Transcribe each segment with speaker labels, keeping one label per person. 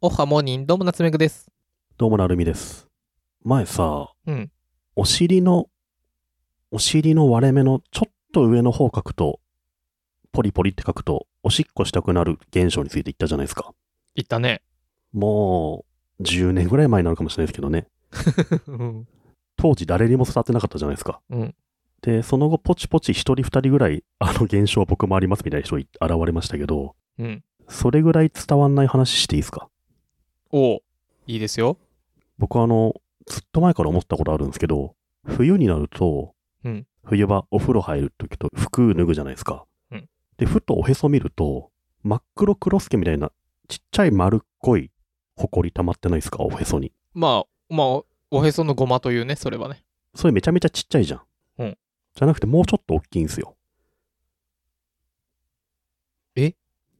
Speaker 1: おはモーニン、どうも、夏目くです。
Speaker 2: どうもなるみです。前さ、
Speaker 1: うん
Speaker 2: お尻の、お尻の割れ目のちょっと上の方書くと、ポリポリって書くと、おしっこしたくなる現象について言ったじゃないですか。
Speaker 1: 言った ね。
Speaker 2: もう、10年ぐらい前になるかもしれないですけどね。
Speaker 1: うん。
Speaker 2: 当時誰にも伝わってなかったじゃないですか。
Speaker 1: うん。
Speaker 2: で、その後、ポチポチ1人2人ぐらい、あの現象僕もありますみたいな人い現れましたけど、
Speaker 1: うん。
Speaker 2: それぐらい伝わんない話していいですか
Speaker 1: おういいですよ。
Speaker 2: 僕はあの、ずっと前から思ったことあるんですけど、冬になると、
Speaker 1: うん
Speaker 2: 冬場お風呂入るときと服脱ぐじゃないですか。
Speaker 1: うん
Speaker 2: で、ふとおへそ見ると、真っ黒クロスケみたいなちっちゃい丸っこいほこり溜まってないですか、おへそに。
Speaker 1: まあ、まあ、おへそのごまというね、それはね。
Speaker 2: それめちゃめちゃちっちゃいじゃん。
Speaker 1: うん
Speaker 2: じゃなくてもうちょっと大きいんですよ。
Speaker 1: え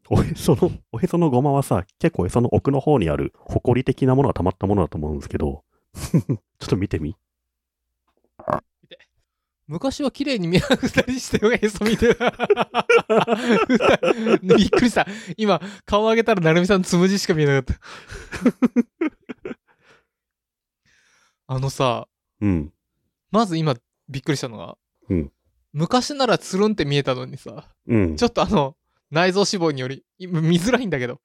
Speaker 2: おへその、おへそのごまはさ、結構おへその奥の方にあるほこり的なものが溜まったものだと思うんですけど、 ちょっと見てみ。
Speaker 1: 昔は綺麗に見えなくたりしておへそ見てた。 びっくりした。今、顔上げたら、なるみさんつむじしか見えなかった。 あのさ、
Speaker 2: うん。
Speaker 1: まず今、びっくりしたのが、
Speaker 2: うん
Speaker 1: 昔ならつるんって見えたのにさ、
Speaker 2: うん。
Speaker 1: ちょっとあの、内臓脂肪により、い見づらいんだけど。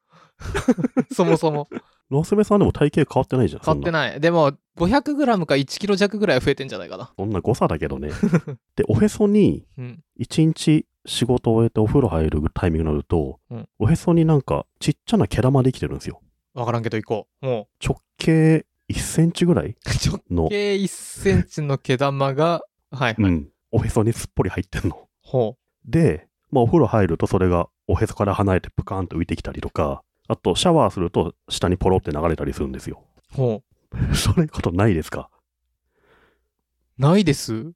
Speaker 1: そもそも。
Speaker 2: 娘さんでも体型変わってないじゃん。
Speaker 1: 変わって
Speaker 2: い。
Speaker 1: ない。でも、500g か 1kg 弱ぐらいは増えてんじゃないかな。
Speaker 2: そんな誤差だけどね。 で、おへそに、
Speaker 1: うん。
Speaker 2: 一日仕事を終えてお風呂入るタイミングになると、
Speaker 1: うん
Speaker 2: おへそになんかちっちゃな毛玉できてるんですよ。
Speaker 1: わからんけど行こう。も、
Speaker 2: 直径1センチぐらいう
Speaker 1: 直
Speaker 2: の、
Speaker 1: 径1センチの毛玉が、はい、
Speaker 2: う
Speaker 1: はい。
Speaker 2: ん、おへそにすっぽり入ってんの。
Speaker 1: ほ
Speaker 2: で、まあ、お風呂入るとそれがおへそから離れてプカーンと浮いてきたりとか、あとシャワーすると下にポロって流れたりするんですよ。
Speaker 1: う。ほ
Speaker 2: それことないですか
Speaker 1: う。ないです。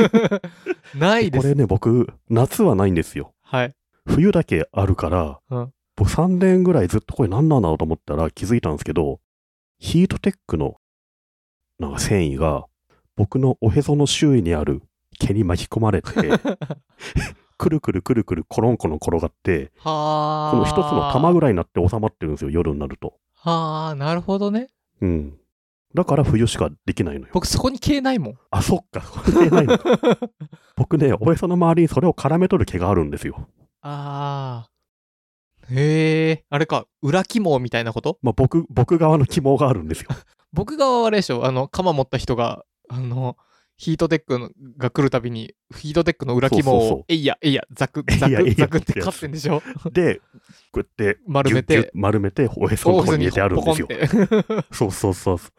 Speaker 1: ないで
Speaker 2: こ
Speaker 1: す。
Speaker 2: れね、僕、夏はないんですよ。
Speaker 1: はい。
Speaker 2: 冬だけあるから、
Speaker 1: うん
Speaker 2: 僕3年ぐらいずっとこれ何なんだろうと思ったら気づいたんですけど、ヒートテックのなんか繊維が僕のおへその周囲にある毛に巻き込ま れて、くるくるくるくるコロンコロン転がって、
Speaker 1: はあ。
Speaker 2: この一つの玉ぐらいになって収まってるんですよ、夜になると。
Speaker 1: はあ、なるほどね。
Speaker 2: うん。だから冬しかできないのよ。
Speaker 1: 僕そこに毛ないもん。
Speaker 2: あ、そっか、それない のか僕ね、おへその周りにそれを絡め取る毛があるんですよ。
Speaker 1: ああ。へえ。あれか、裏肝みたいなこと
Speaker 2: まあ、僕、僕側の肝があるんです よ。
Speaker 1: 僕側はあれでしょあの鎌持った人があのヒートテックのが来るたびにヒートテックの裏肝を
Speaker 2: そうそうそう
Speaker 1: えいやえいやザクザ
Speaker 2: えいやえい
Speaker 1: ク
Speaker 2: や
Speaker 1: ザクって
Speaker 2: ってやつ
Speaker 1: 勝ってんでしょ
Speaker 2: で、こうやって
Speaker 1: 丸め
Speaker 2: ギュッギュッ
Speaker 1: て
Speaker 2: 丸めて、おへそのとこに入れてあるんですよ。
Speaker 1: おへそにポコンって
Speaker 2: そうそうそう。ふ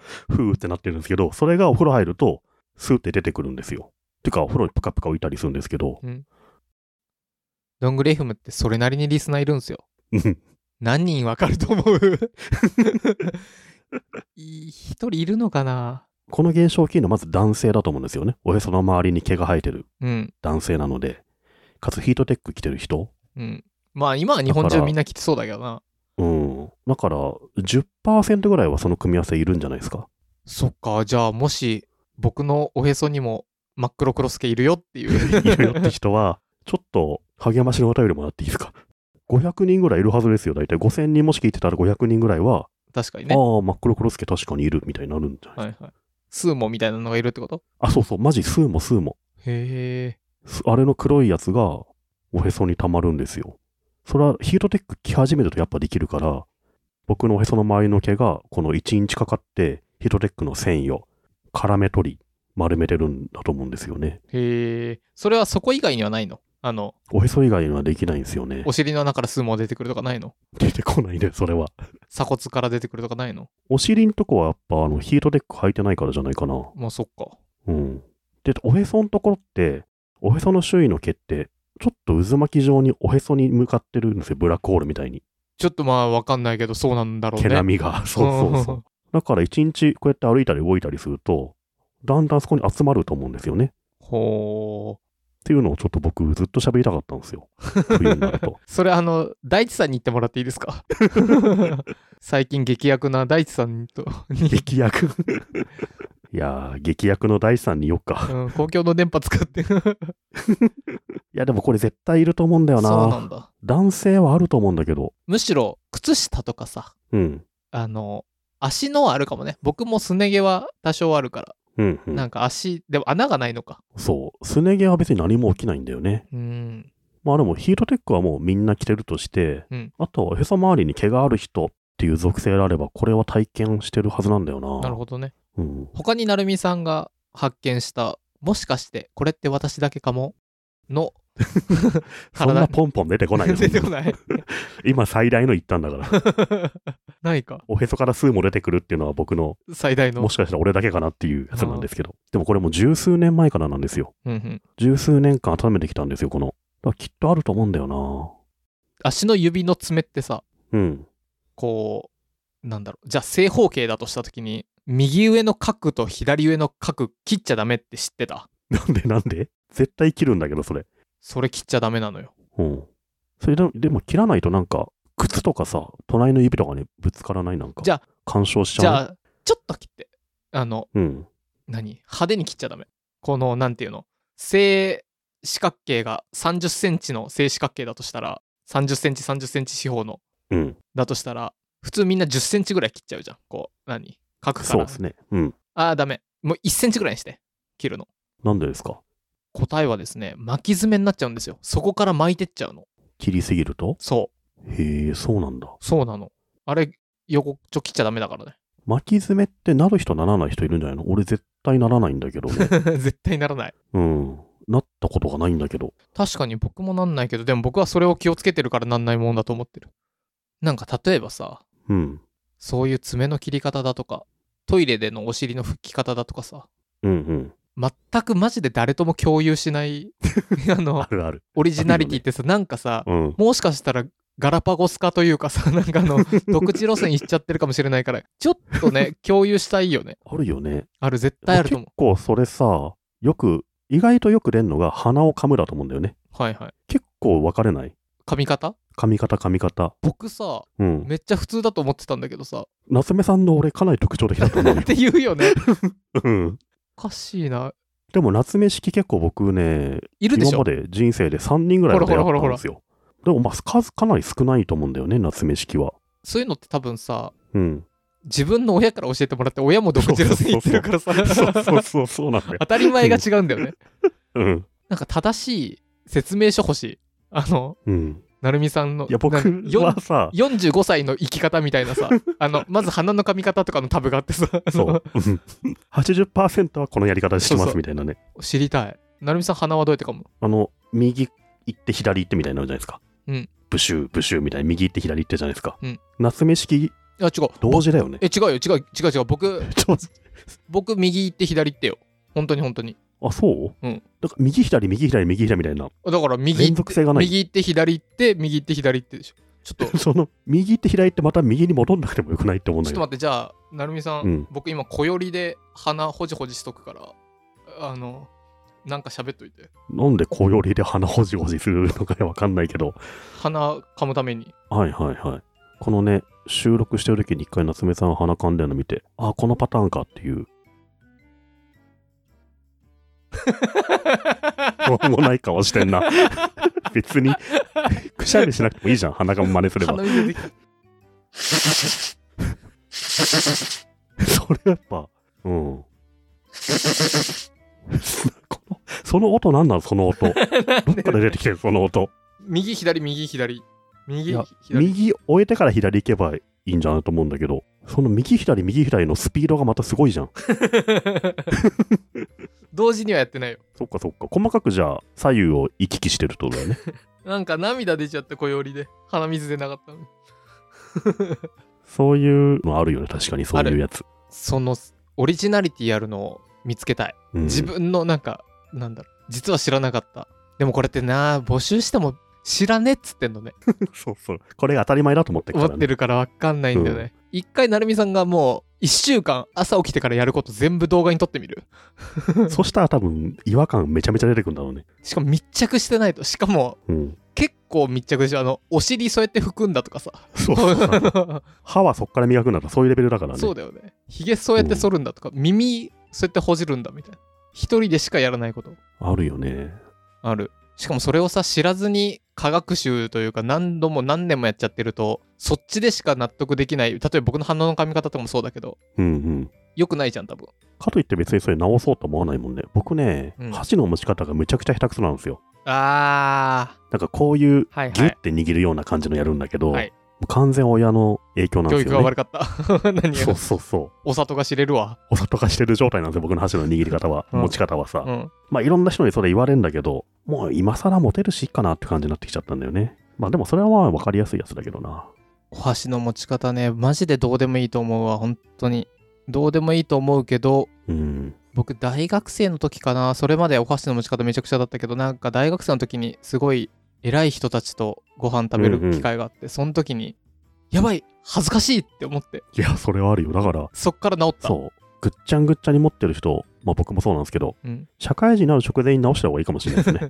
Speaker 2: ーってなってるんですけど、それがお風呂入ると、スーって出てくるんですよ。てか、お風呂にぷかぷか浮いたりするんですけど、
Speaker 1: どんぐり FM ってそれなりにリスナーいるんですよ
Speaker 2: うん
Speaker 1: 何人わかると思う い一人いるのかな
Speaker 2: この現象を聞いのはまず男性だと思うんですよね。おへその周りに毛が生えてる
Speaker 1: うん
Speaker 2: 男性なので、かつヒートテック着てる人。
Speaker 1: うんまあ今は日本
Speaker 2: だか
Speaker 1: 中
Speaker 2: ら
Speaker 1: みんな来てそうだけどな
Speaker 2: うん。だから、10%ぐらいはその組み合わせいるんじゃないですか。
Speaker 1: そっかじゃあもし僕のおへそにも真っ黒クロスケいるよってい
Speaker 2: いう るよって人は、ちょっと励ましのお便りもらっていいですか。500人ぐらいいるはずですよ。だいたい5000人もし聞いてたら500人ぐらいは、
Speaker 1: 確かにね
Speaker 2: ああ、真っ黒クロスケ確かにいるみたいになるんじゃない、
Speaker 1: はいはい。スーモみたいなのがいるってこと
Speaker 2: あ、そうそう、マジスーモスーモ。
Speaker 1: へえ。
Speaker 2: すあれの黒いやつがおへそに溜まるんですよ。それはヒートテック着始めるとやっぱできるから、僕のおへその周りの毛がこの1インチかかってヒートテックの繊維を絡め取り丸めてるんだと思うんですよね。
Speaker 1: へえ。それはそこ以外にはないのあの、
Speaker 2: おへそ以外にはできないんですよね
Speaker 1: お。尻の穴からスーモ出てくるとかないの
Speaker 2: 出てこないね、それは。
Speaker 1: 鎖骨から出てくるとかないの
Speaker 2: お尻んとこはやっぱあのヒートテック履いてないからじゃないかな。
Speaker 1: まあそっか。
Speaker 2: うん。で、おへそのところって、おへその周囲の毛って、ちょっと渦巻き状におへそに向かってるんですよ、ブラックホールみたいに。
Speaker 1: ちょっとまあわかんないけど、そうなんだろうね。
Speaker 2: 毛並みが。そうそうそう。だから一日こうやって歩いたり動いたりすると、だんだんそこに集まると思うんですよね。っ
Speaker 1: ほう。
Speaker 2: ていうのをちょっと僕ずっと喋りたかったんですよ。冬になると。
Speaker 1: それあの、大地さんに言ってもらっていいです か最近劇薬な大地さんと、に、
Speaker 2: 劇薬。いやー、劇薬の大地さんによっか。
Speaker 1: うん、公共の電波使って。そう
Speaker 2: いや、でもこれ絶対いると思うんだよな。
Speaker 1: なんだ。
Speaker 2: 男性はあると思うんだけど。
Speaker 1: むしろ、靴下とかさ、
Speaker 2: うん。
Speaker 1: あの、足のはあるかもね。僕もすね毛は多少あるから。
Speaker 2: うん、うん。
Speaker 1: なんか足、でも穴がないのか。
Speaker 2: そう。すね毛は別に何も起きないんだよね。
Speaker 1: うん。
Speaker 2: まあでもヒートテックはもうみんな着てるとして、
Speaker 1: うん
Speaker 2: あとはへそ周りに毛がある人っていう属性であれば、これは体験してるはずなんだよな。
Speaker 1: なるほどね。
Speaker 2: ど。うん。
Speaker 1: 他になるみさんが発見した、もしかしてこれって私だけかも の
Speaker 2: そんな
Speaker 1: 体
Speaker 2: ポンポン出てこない よ。
Speaker 1: 出てこない。
Speaker 2: 今最大の言ったんだから。
Speaker 1: ないか。
Speaker 2: おへそから数も出てくるっていうのは僕 の、
Speaker 1: 最大の
Speaker 2: も。しかしたら俺だけかなっていうやつなんですけど。でもこれもう十数年前からなんですよ。
Speaker 1: うんうん。
Speaker 2: 十数年間温めてきたんですよ、この。だからきっとあると思うんだよな。
Speaker 1: 足の指の爪ってさ、
Speaker 2: うん。
Speaker 1: こう、なんだろう。じゃあ正方形だとしたときに、右上の角と左上の角切っちゃダメって知ってた
Speaker 2: なんでなんで絶対切るんだけど、それ。
Speaker 1: それ切っちゃダメなのよ。
Speaker 2: うん。それででも切らないとなんか、靴とかさ、隣の指とかにぶつからないなんか。
Speaker 1: じゃあ、
Speaker 2: 干渉しち
Speaker 1: じ
Speaker 2: ゃう。
Speaker 1: ゃあ、ちょっと切って、あの、
Speaker 2: うん。
Speaker 1: 何派手に切っちゃダメこのなんていうの正四角形が3 0センチの正四角形だとしたら3 0センチ3 0センチ四方の
Speaker 2: うん。
Speaker 1: だとしたら普通みんな1 0センチぐらい切っちゃうじゃんこう何角から
Speaker 2: そうですね。うん。
Speaker 1: ああダメもう1センチぐらいにして切るの
Speaker 2: なんでですか
Speaker 1: 答えはですね巻き爪になっちゃうんですよそこから巻いてっちゃうの
Speaker 2: 切りすぎると
Speaker 1: そ
Speaker 2: へえ、そうなんだ。
Speaker 1: うそうなのあれ横ちょ切っちゃダメだからね
Speaker 2: 巻き爪ってなる人ならない人いるんじゃないの俺絶対ならないんだ けどね。
Speaker 1: 絶対ならない
Speaker 2: うん。なったことがないんだけど。
Speaker 1: 確かに僕もなんないけどでも僕はそれを気をつけてるからなんないもんだと思ってるなんか例えばさ
Speaker 2: うん。
Speaker 1: そういう爪の切り方だとか、トイレでのお尻の拭き方だとかさ、
Speaker 2: うんうん。
Speaker 1: 全くマジで誰とも共有しない、 あの
Speaker 2: あ、るある。
Speaker 1: オリジナリティってさ、なんかさ、
Speaker 2: うん。
Speaker 1: もしかしたらガラパゴス化というかさ、 なんかあの、独自路線行っちゃってるかもしれないから、ちょっと ね、共有したいよね。
Speaker 2: あるよね。
Speaker 1: ある、絶対あると思
Speaker 2: 結構それさ、よく、意外とよく出んのが鼻を噛むだと思うんだよね。
Speaker 1: う。はいはい。
Speaker 2: 結構分かれない。
Speaker 1: 髪型
Speaker 2: 噛み方噛み方。
Speaker 1: 僕さ、
Speaker 2: うん。
Speaker 1: めっちゃ普通だと思ってたんだけどさ、
Speaker 2: 夏目さんの俺かなり特徴的だと思うよ
Speaker 1: って言うよね。
Speaker 2: うん。
Speaker 1: おかしいな。
Speaker 2: でも夏目式結構僕ね、
Speaker 1: いるで
Speaker 2: 今
Speaker 1: しょ
Speaker 2: まで人生で3人ぐらいの出会ったんですよ。でもまあ数かなり少ないと思うんだよね、夏目式は。
Speaker 1: そういうのって多分さ、
Speaker 2: うん。
Speaker 1: 自分の親から教えてもらって、親も独自路線行ってるからさ、
Speaker 2: そうそうそうそうなんだよ。
Speaker 1: 当たり前が違うんだよね。
Speaker 2: うん。
Speaker 1: なんか正しい説明書欲しい。あの、
Speaker 2: うん。
Speaker 1: なるみさんの。
Speaker 2: いや僕
Speaker 1: なよ
Speaker 2: はさ、
Speaker 1: 45歳の生き方みたいなさ、 あの、まず鼻の髪型とかのタブがあってさ、あの
Speaker 2: そう。うん80%はこのやり方して
Speaker 1: そう
Speaker 2: ま
Speaker 1: そう
Speaker 2: すみたいなね。
Speaker 1: 知りたい。なるみさん鼻はどうやってかも。
Speaker 2: あの、右行って左行ってみたいになるじゃないですか。
Speaker 1: うん。
Speaker 2: ブシュー、ブシューみたいに右行って左行ってじゃないですか。
Speaker 1: うん
Speaker 2: 夏目式
Speaker 1: あ、違う。
Speaker 2: 同時だよね。
Speaker 1: え、違うよ、違う、違う、違う。僕、
Speaker 2: ちょっと
Speaker 1: 僕、右行って左行ってよ。本当に本当に。
Speaker 2: あ、そう
Speaker 1: うん。
Speaker 2: だから右左、右左、右左みたいな。
Speaker 1: だから右
Speaker 2: 連
Speaker 1: 行っ
Speaker 2: 続
Speaker 1: て、
Speaker 2: 性がない
Speaker 1: 右行って左行って、右行って左行ってでしょ。ちょっと、ちょ
Speaker 2: その、右って開いてまた右に戻んなくてもよくないって思うんだ
Speaker 1: っ
Speaker 2: け
Speaker 1: と
Speaker 2: ど。
Speaker 1: 待って、じゃあ、なるみさん、
Speaker 2: うん
Speaker 1: 僕今、小よりで鼻ほじほじしとくから、あの、なんか喋っといて。
Speaker 2: なんで小よりで鼻ほじほじするのかわかんないけど。
Speaker 1: 鼻噛むために。
Speaker 2: はいはいはい。このね、収録してる時に一回夏目さんが鼻噛んでるの見て、あ、このパターンかって いう。なんもない顔してんな。別に、くしゃみしなくてもいいじゃん。鼻が真似すれば。
Speaker 1: 鼻水出てきた
Speaker 2: それはやっぱ、うん。 このその音なんなのそ の音。どっから出てきてるその音。
Speaker 1: 右左右左
Speaker 2: い
Speaker 1: 右
Speaker 2: や
Speaker 1: 左
Speaker 2: 右終えてから左行けばいいんじゃないと思うんだけど、その右左右左のスピードがまたすごいじゃん。
Speaker 1: 同時にはやってないよ
Speaker 2: そっかそっか。細かくじゃあ左右を行き来してるってことだよ ね。
Speaker 1: なんか涙出ちゃった小よりで鼻水出なかったのに
Speaker 2: そういうのあるよね。確かにそういうやつ。
Speaker 1: そのオリジナリティあるのを見つけたい
Speaker 2: うん
Speaker 1: 自分のなんかなんだろう実は知らなかったでもこれってな募集しても知らねえっつってんのね
Speaker 2: そうそう。これが当たり前だと思ってる
Speaker 1: 思
Speaker 2: か
Speaker 1: っ
Speaker 2: ら
Speaker 1: て
Speaker 2: ね。
Speaker 1: るからわかんないんだよね一回なるみさんがもう1週間朝起きてからやること全部動画に撮ってみる
Speaker 2: そしたら多分違和感めちゃめちゃ出てくるんだろうね。
Speaker 1: しかも密着してないとしかも
Speaker 2: うん。
Speaker 1: 結構密着でしょあのお尻そうやって含んだとかさ
Speaker 2: そうそうそう歯はそっから磨くんだとそういうレベルだからね。
Speaker 1: そうだよねひげそうやって剃るんだとか、耳そうやってほじるんだみたいな一人でしかやらないこと
Speaker 2: あるよね。
Speaker 1: あるしかもそれをさ知らずに科学習というか何度も何年もやっちゃってるとそっちでしか納得できない例えば僕の反応の髪型とかもそうだけど
Speaker 2: うんうん。
Speaker 1: 良くないじゃん多分
Speaker 2: かといって別にそれ直そうと思わないもんね。僕ね、
Speaker 1: うん
Speaker 2: 箸の持ち方がむちゃくちゃ下手くそなんですよ。
Speaker 1: あ
Speaker 2: なんかこういう
Speaker 1: ーはい
Speaker 2: ギュ
Speaker 1: は
Speaker 2: ッ
Speaker 1: い
Speaker 2: て握るような感じのやるんだけど、
Speaker 1: はい
Speaker 2: もう完全親の影響なん
Speaker 1: 教
Speaker 2: です
Speaker 1: 育が
Speaker 2: よね。
Speaker 1: 悪かった 何
Speaker 2: そう
Speaker 1: が
Speaker 2: そうそう。
Speaker 1: お里が知れるわ
Speaker 2: お砂糖化してる状態なんですよ、僕の箸の握り方は、
Speaker 1: うん
Speaker 2: 持ち方はさ。
Speaker 1: うん
Speaker 2: まあいろんな人にそれ言われるんだけど、もう今更モテるしいいかなって感じになってきちゃったんだよね。まあでもそれはまあ分かりやすいやつだけどな。
Speaker 1: お箸の持ち方ねマジでどうでもいいと思うわ本当にどうでもいいと思うけど
Speaker 2: うん。
Speaker 1: 僕大学生の時かなそれまでお箸の持ち方めちゃくちゃだったけどなんか大学生の時にすごい偉い人たちとご飯食べる機会があって、その時にやばい恥ずかしいって思って
Speaker 2: いや、それはあるよ。だから、
Speaker 1: そっから治った
Speaker 2: そう。ぐっちゃんぐっちゃに持ってる人、まあ僕もそうなんですけど、
Speaker 1: うん
Speaker 2: 社会人になる直前に直した方がいいかもしれないです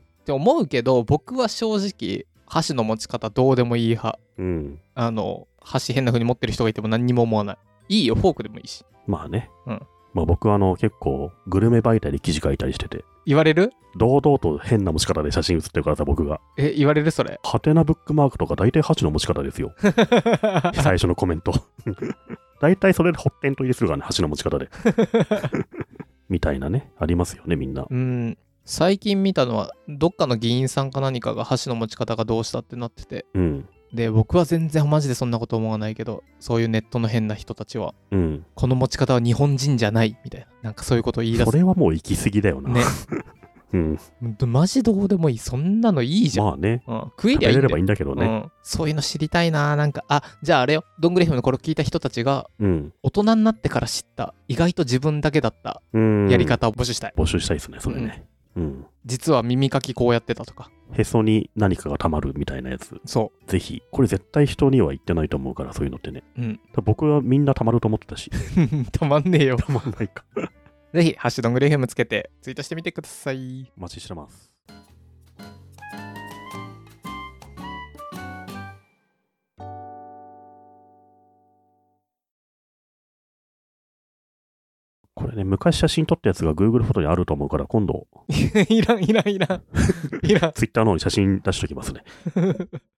Speaker 1: って思うけど僕は正直箸の持ち方どうでもいい派
Speaker 2: うん。
Speaker 1: あの箸変な風に持ってる人がいても何にも思わないいいよフォークでもいいし
Speaker 2: まあね。
Speaker 1: うん
Speaker 2: まあ僕はあの結構グルメ媒体で記事書いたりしてて、
Speaker 1: 言われる
Speaker 2: 堂々と変な持ち方で写真写ってるからさ、僕が。
Speaker 1: え言われるそ れ
Speaker 2: ハテナブックマークとか大体箸の持ち方 ですよ。最初のコメント。 大体それで発展と入れするからね、箸の持ち 方で。みたいなね、ありますよね、みんな。
Speaker 1: うん最近見たのはどっかの議員さんか何かが箸の持ち方がどうしたってなってて
Speaker 2: うん。
Speaker 1: で僕は全然マジでそんなこと思わないけどそういうネットの変な人たちは
Speaker 2: うん。
Speaker 1: この持ち方は日本人じゃないみたいななんかそういうことを言い出
Speaker 2: そ
Speaker 1: す
Speaker 2: れはもう行き過ぎだよな。
Speaker 1: ね
Speaker 2: うん。
Speaker 1: うんマジどうでもいいそんなのいいじゃん、
Speaker 2: まあね、
Speaker 1: うん、食え
Speaker 2: 食
Speaker 1: りゃ
Speaker 2: べ
Speaker 1: いいんだ
Speaker 2: れれ
Speaker 1: よ
Speaker 2: ばいいんだけどね。
Speaker 1: うん、そういうの知りたいななんかあじゃああれよどんぐり FM のこれ聞いた人たちが
Speaker 2: うん。
Speaker 1: 大人になってから知った意外と自分だけだった
Speaker 2: うん。
Speaker 1: やり方を募集したい、
Speaker 2: 募集したいですね、それね。うん。
Speaker 1: 実は耳かきこうやってたとか
Speaker 2: へそに何かが溜まるみたいなやつ、
Speaker 1: そ
Speaker 2: ぜひ、これ絶対人には言ってないと思うから、そういうのってね。
Speaker 1: ううん
Speaker 2: だから僕はみんな溜まると思ってたし、
Speaker 1: たまんねえよ
Speaker 2: 溜まんないか。
Speaker 1: ぜひ「ハッシュどんぐり FM」つけてツイートしてみてください
Speaker 2: お待ちしてます。これね、昔写真撮ったやつが Google フォトにあると思うから、今度、
Speaker 1: いらんいらんいらんいらん
Speaker 2: Twitter の方に写真出しときますね。